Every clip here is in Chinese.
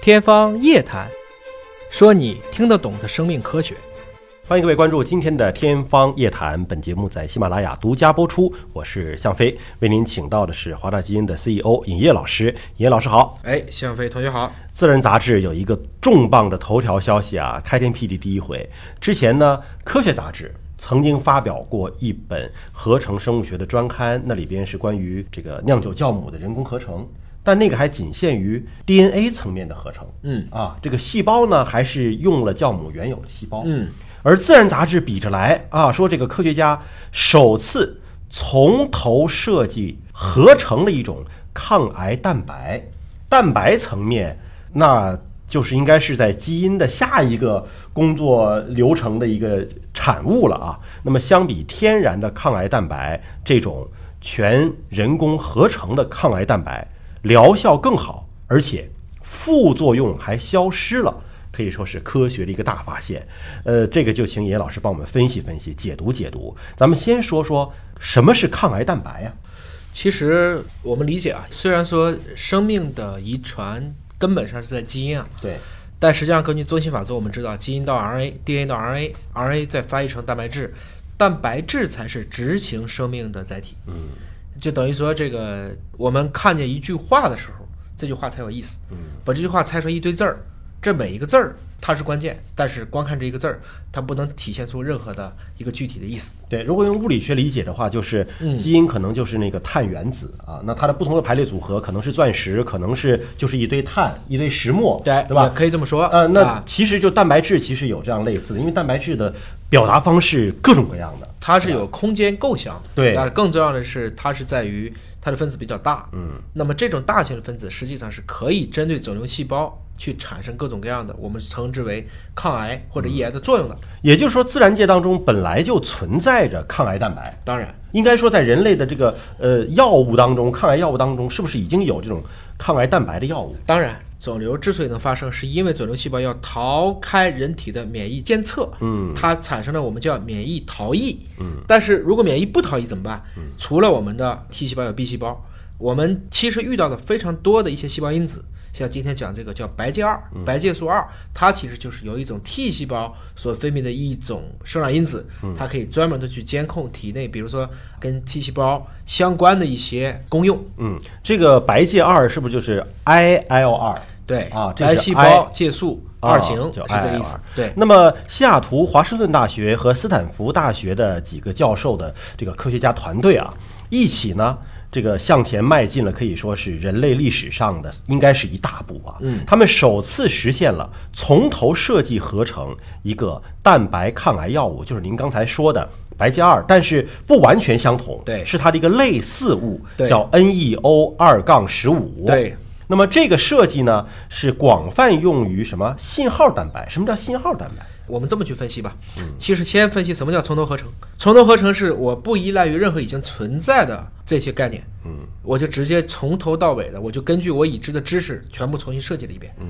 天方夜谭，说你听得懂的生命科学。欢迎各位关注今天的《天方夜谭》，本节目在喜马拉雅独家播出，我是向飞，为您请到的是华大基因的 CEO 尹烨老师。尹烨老师好，哎，向飞同学好。 《自然》杂志有一个重磅的头条消息啊，开天辟地第一回。之前呢，《科学》杂志曾经发表过一本合成生物学的专刊，那里边是关于这个酿酒酵母的人工合成。但那个还仅限于 DNA 层面的合成，嗯啊，这个细胞呢还是用了酵母原有的细胞，嗯。而《自然》杂志比着来啊，说这个科学家首次从头设计合成了一种抗癌蛋白，蛋白层面那就是应该是在基因的下一个工作流程的一个产物了啊。那么相比天然的抗癌蛋白，这种全人工合成的抗癌蛋白。疗效更好，而且副作用还消失了，可以说是科学的一个大发现。呃，这个就请野老师帮我们分析分析、解读解读。咱们先说说什么是抗癌蛋白呀、其实我们理解啊，虽然说生命的遗传根本上是在基因啊，对，但实际上根据中心法则，我们知道基因到 RNA、DNA 到 RNA，RNA 再翻译成蛋白质，蛋白质才是执行生命的载体。嗯，就等于说这个我们看见一句话的时候，这句话才有意思。嗯，把这句话拆成一堆字儿，这每一个字儿它是关键，但是光看这一个字儿，它不能体现出任何的一个具体的意思。对，如果用物理学理解的话，就是嗯基因可能就是那个碳原子啊，那它的不同的排列组合可能是钻石，可能是就是一堆碳、一堆石墨，对对吧也？可以这么说。呃，那啊其实就蛋白质其实有这样类似的，因为蛋白质的表达方式各种各样的。它是有空间构想，对那更重要的是，它是在于它的分子比较大，嗯，那么这种大型的分子实际上是可以针对肿瘤细胞去产生各种各样的我们称之为抗癌或者抑癌的作用的。也就是说，自然界当中本来就存在着抗癌蛋白。当然，应该说，在人类的这个呃药物当中，抗癌药物当中，是不是已经有这种抗癌蛋白的药物？当然，肿瘤之所以能发生，是因为肿瘤细胞要逃开人体的免疫监测，嗯，它产生了我们叫免疫逃逸，嗯，但是如果免疫不逃逸怎么办？除了我们的 T 细胞有 B 细胞，我们其实遇到的非常多的一些细胞因子，像今天讲这个叫白介二、白介素二，它其实就是由一种 T 细胞所分泌的一种生长因子，它可以专门的去监控体内，比如说跟 T 细胞相关的一些功用，嗯，这个白介二是不是就是 IL 二？对啊这白是细 I- 胞介素啊二型就这是个 IL 意思二。对，那么，西雅图华盛顿大学和斯坦福大学的几个教授的这个科学家团队啊，一起呢，这个向前迈进了，可以说是人类历史上的应该是一大步啊。嗯，他们首次实现了从头设计合成一个蛋白抗癌药物，就是您刚才说的。白介二，但是不完全相同，对是它的一个类似物，对叫 NEO 二杠十五，对，那么这个设计呢，是广泛用于什么信号蛋白？什么叫信号蛋白？我们这么去分析吧。嗯其实先分析什么叫从头合成。从头合成是我不依赖于任何已经存在的这些概念，嗯，我就直接从头到尾的，我就根据我已知的知识全部重新设计了一遍，嗯，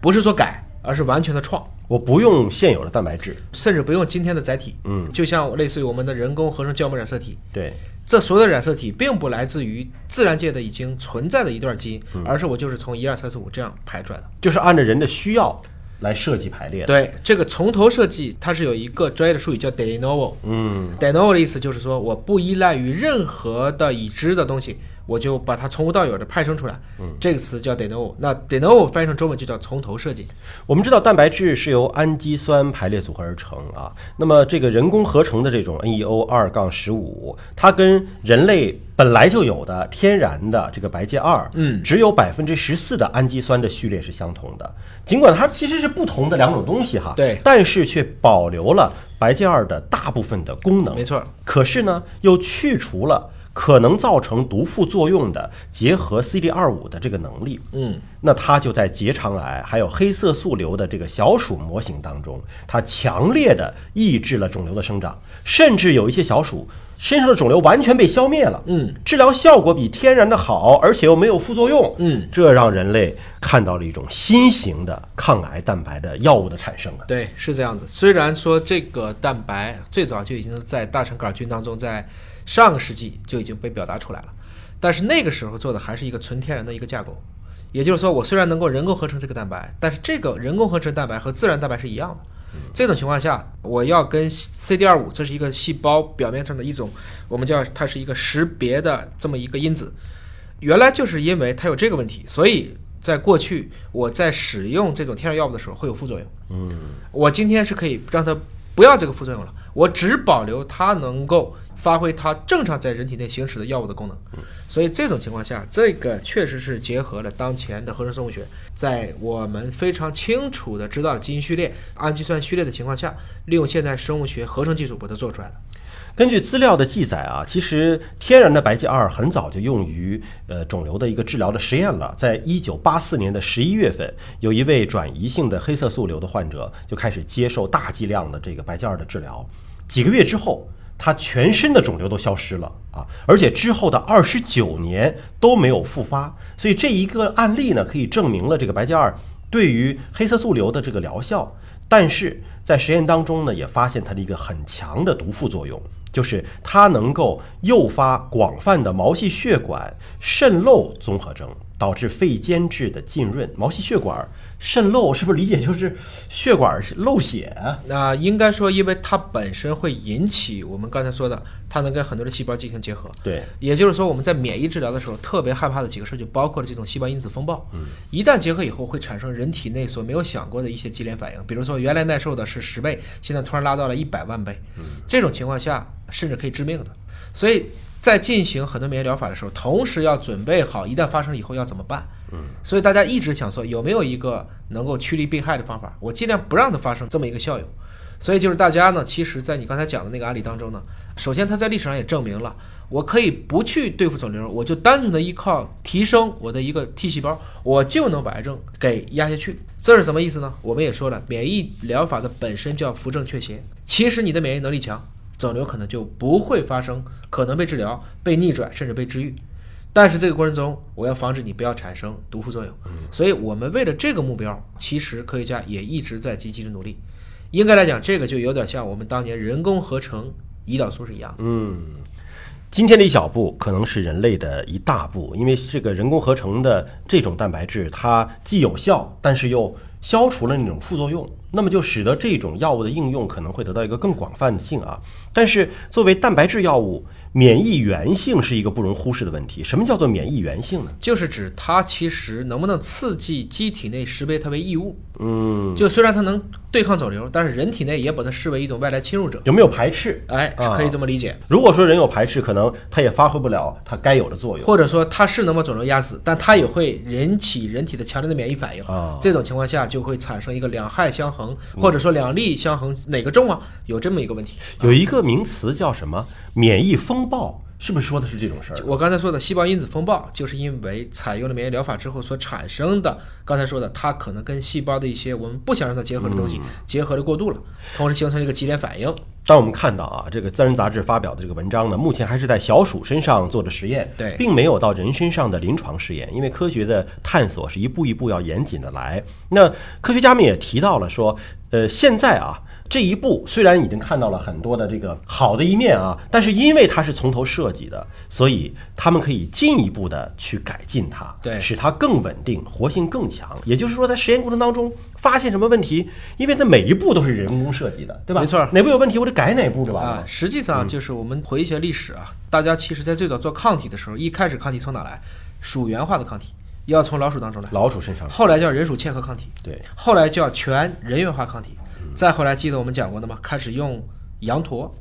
不是说改，而是完全的创。我不用现有的蛋白质，甚至不用今天的载体，嗯，就像类似于我们的人工合成酵母染色体，对，这所有的染色体并不来自于自然界的已经存在的一段基因，嗯而是我就是从一二三四五这样排出来的。就是按照人的需要来设计排列的。对，这个从头设计，它是有一个专业的术语叫 de novo。嗯，de novo 的意思就是说，我不依赖于任何的已知的东西，我就把它从无到有的派生出来。嗯，这个词叫 de novo。那 de novo 翻译成中文就叫从头设计。我们知道蛋白质是由氨基酸排列组合而成啊，那么这个人工合成的这种 NEO 二杠十五，它跟人类本来就有的天然的这个白介二，嗯，只有百分之十四的氨基酸的序列是相同的，尽管它其实是不同的两种东西哈，对但是却保留了白介二的大部分的功能，没错，可是呢，又去除了可能造成毒副作用的结合 CD 二五的这个能力。嗯，那它就在结肠癌还有黑色素瘤的这个小鼠模型当中，它强烈的抑制了肿瘤的生长，甚至有一些小鼠身上的肿瘤完全被消灭了。嗯，治疗效果比天然的好，而且又没有副作用。嗯，这让人类看到了一种新型的抗癌蛋白的药物的产生啊。对，是这样子。虽然说这个蛋白最早就已经在大肠杆菌当中，在上个世纪就已经被表达出来了，但是那个时候做的还是一个纯天然的一个架构。也就是说，我虽然能够人工合成这个蛋白，但是这个人工合成蛋白和自然蛋白是一样的。这种情况下，我要跟 CD25，这是一个细胞表面上的一种，我们叫它是一个识别的这么一个因子。原来就是因为它有这个问题，所以在过去我在使用这种天然药物的时候会有副作用。嗯，我今天是可以让它不要这个副作用了，我只保留它能够发挥它正常在人体内行使的药物的功能。所以这种情况下，这个确实是结合了当前的合成生物学，在我们非常清楚的知道了基因序列、氨基酸序列的情况下，利用现代生物学合成技术把它做出来的。根据资料的记载啊，其实天然的白介二很早就用于呃肿瘤的一个治疗的实验了。在一九八四年的十一月份，有一位转移性的黑色素瘤的患者就开始接受大剂量的这个白介二的治疗。几个月之后，他全身的肿瘤都消失了啊，而且之后的二十九年都没有复发。所以这一个案例呢，可以证明了这个白介二对于黑色素瘤的这个疗效。但是在实验当中呢，也发现它的一个很强的毒副作用，就是它能够诱发广泛的毛细血管渗漏综合征，导致肺间质的浸润。毛细血管渗漏是不是理解就是血管是漏血啊？那、应该说，因为它本身会引起我们刚才说的，它能跟很多的细胞进行结合。对，也就是说，我们在免疫治疗的时候特别害怕的几个事，就包括了这种细胞因子风暴。嗯，一旦结合以后，会产生人体内所没有想过的一些激烈反应，比如说原来耐受的是十倍，现在突然拉到了一百万倍。嗯，这种情况下甚至可以致命的。所以在进行很多免疫疗法的时候，同时要准备好一旦发生以后要怎么办。嗯，所以大家一直想说有没有一个能够趋利避害的方法，我尽量不让它发生这么一个效应。所以就是大家呢，其实，在你刚才讲的那个案例当中呢，首先它在历史上也证明了，我可以不去对付肿瘤，我就单纯的依靠提升我的一个 T 细胞，我就能把癌症给压下去。这是什么意思呢？我们也说了，免疫疗法的本身叫扶正确邪，其实你的免疫能力强，肿瘤可能就不会发生，可能被治疗、被逆转，甚至被治愈。但是这个过程中，我要防止你不要产生毒副作用，所以我们为了这个目标，其实科学家也一直在积极的努力。应该来讲，这个就有点像我们当年人工合成胰岛素是一样的。今天的一小步可能是人类的一大步，因为这个人工合成的这种蛋白质，它既有效，但是又消除了那种副作用，那么就使得这种药物的应用可能会得到一个更广泛性啊。但是作为蛋白质药物，免疫原性是一个不容忽视的问题。什么叫做免疫原性呢？就是指它其实能不能刺激机体内识别它为异物。嗯，就虽然它能对抗肿瘤，但是人体内也把它视为一种外来侵入者。有没有排斥？哎，是可以这么理解。如果说人有排斥，可能它也发挥不了它该有的作用。或者说它是能把肿瘤压死，但它也会引起人体的强烈的免疫反应。啊这种情况下就会产生一个两害相衡，或者说两利相衡，哪个重啊？有这么一个问题。有一个名词叫什么？免疫风暴，是不是说的是这种事儿？我刚才说的细胞因子风暴，就是因为采用了免疫疗法之后所产生的。刚才说的，它可能跟细胞的一些我们不想让它结合的东西、结合的过度了，同时形成了一个急连反应。当我们看到啊，这个《自然》杂志发表的这个文章呢，目前还是在小鼠身上做着实验，对并没有到人身上的临床试验，因为科学的探索是一步一步要严谨的来。那科学家们也提到了说，呃，现在啊。这一步虽然已经看到了很多的这个好的一面啊，但是因为它是从头设计的，所以他们可以进一步的去改进它，对使它更稳定，活性更强。也就是说，在实验过程当中发现什么问题，因为它每一步都是人工设计的，对吧？没错哪步有问题我得改哪步就完啊了。，实际上就是我们回忆一些历史啊，大家其实在最早做抗体的时候，一开始抗体从哪来？鼠源化的抗体要从老鼠当中来，老鼠身上后来叫人鼠嵌合抗体，啊对，后来叫全人源化抗体，再后来记得我们讲过的吗？开始用羊驼，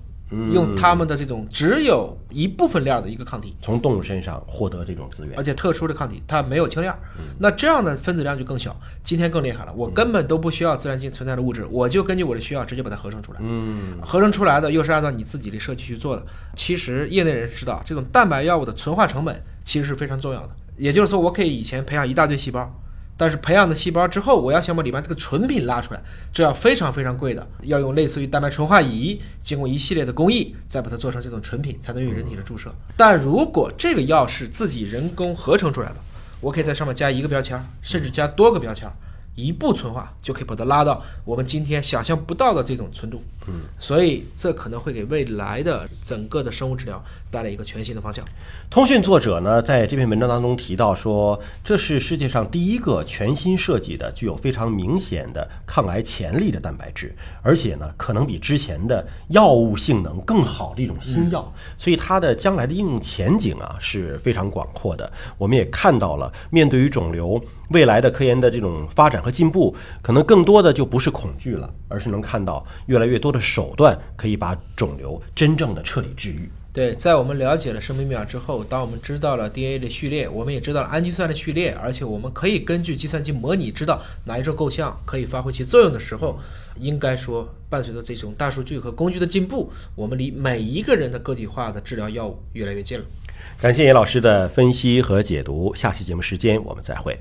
用它们的这种只有一部分链儿的一个抗体，从动物身上获得这种资源而，且特殊的抗体它没有氢链儿，那这样的分子量就更小。今天更厉害了，我根本都不需要自然界存在的物质，我就根据我的需要直接把它合成出来。嗯，合成出来的又是按照你自己的设计去做的。其实业内人士知道，这种蛋白药物的纯化成本其实是非常重要的。也就是说，我可以以前培养一大堆细胞，但是培养的细胞之后，我要想把里面这个纯品拉出来，这要非常非常贵的，要用类似于蛋白纯化仪，经过一系列的工艺，再把它做成这种纯品，才能用于人体的注射。但如果这个药是自己人工合成出来的，我可以在上面加一个标签儿，甚至加多个标签儿，一步纯化就可以把它拉到我们今天想象不到的这种纯度。嗯，所以这可能会给未来的整个的生物治疗带来一个全新的方向。通讯作者呢，在这篇文章当中提到说，这是世界上第一个全新设计的、具有非常明显的抗癌潜力的蛋白质，而且呢，可能比之前的药物性能更好的一种新药，所以它的将来的应用前景啊是非常广阔的。我们也看到了，面对于肿瘤，未来的科研的这种发展和进步，可能更多的就不是恐惧了，而是能看到越来越多的手段可以把肿瘤真正的彻底治愈。对，在我们了解了生命密码之后，当我们知道了 DNA 的序列，我们也知道了氨基酸的序列，而且我们可以根据计算机模拟知道哪一种构象可以发挥其作用的时候，应该说，伴随着这种大数据和工具的进步，我们离每一个人的个体化的治疗药物越来越近了。感谢严老师的分析和解读，下期节目时间我们再会。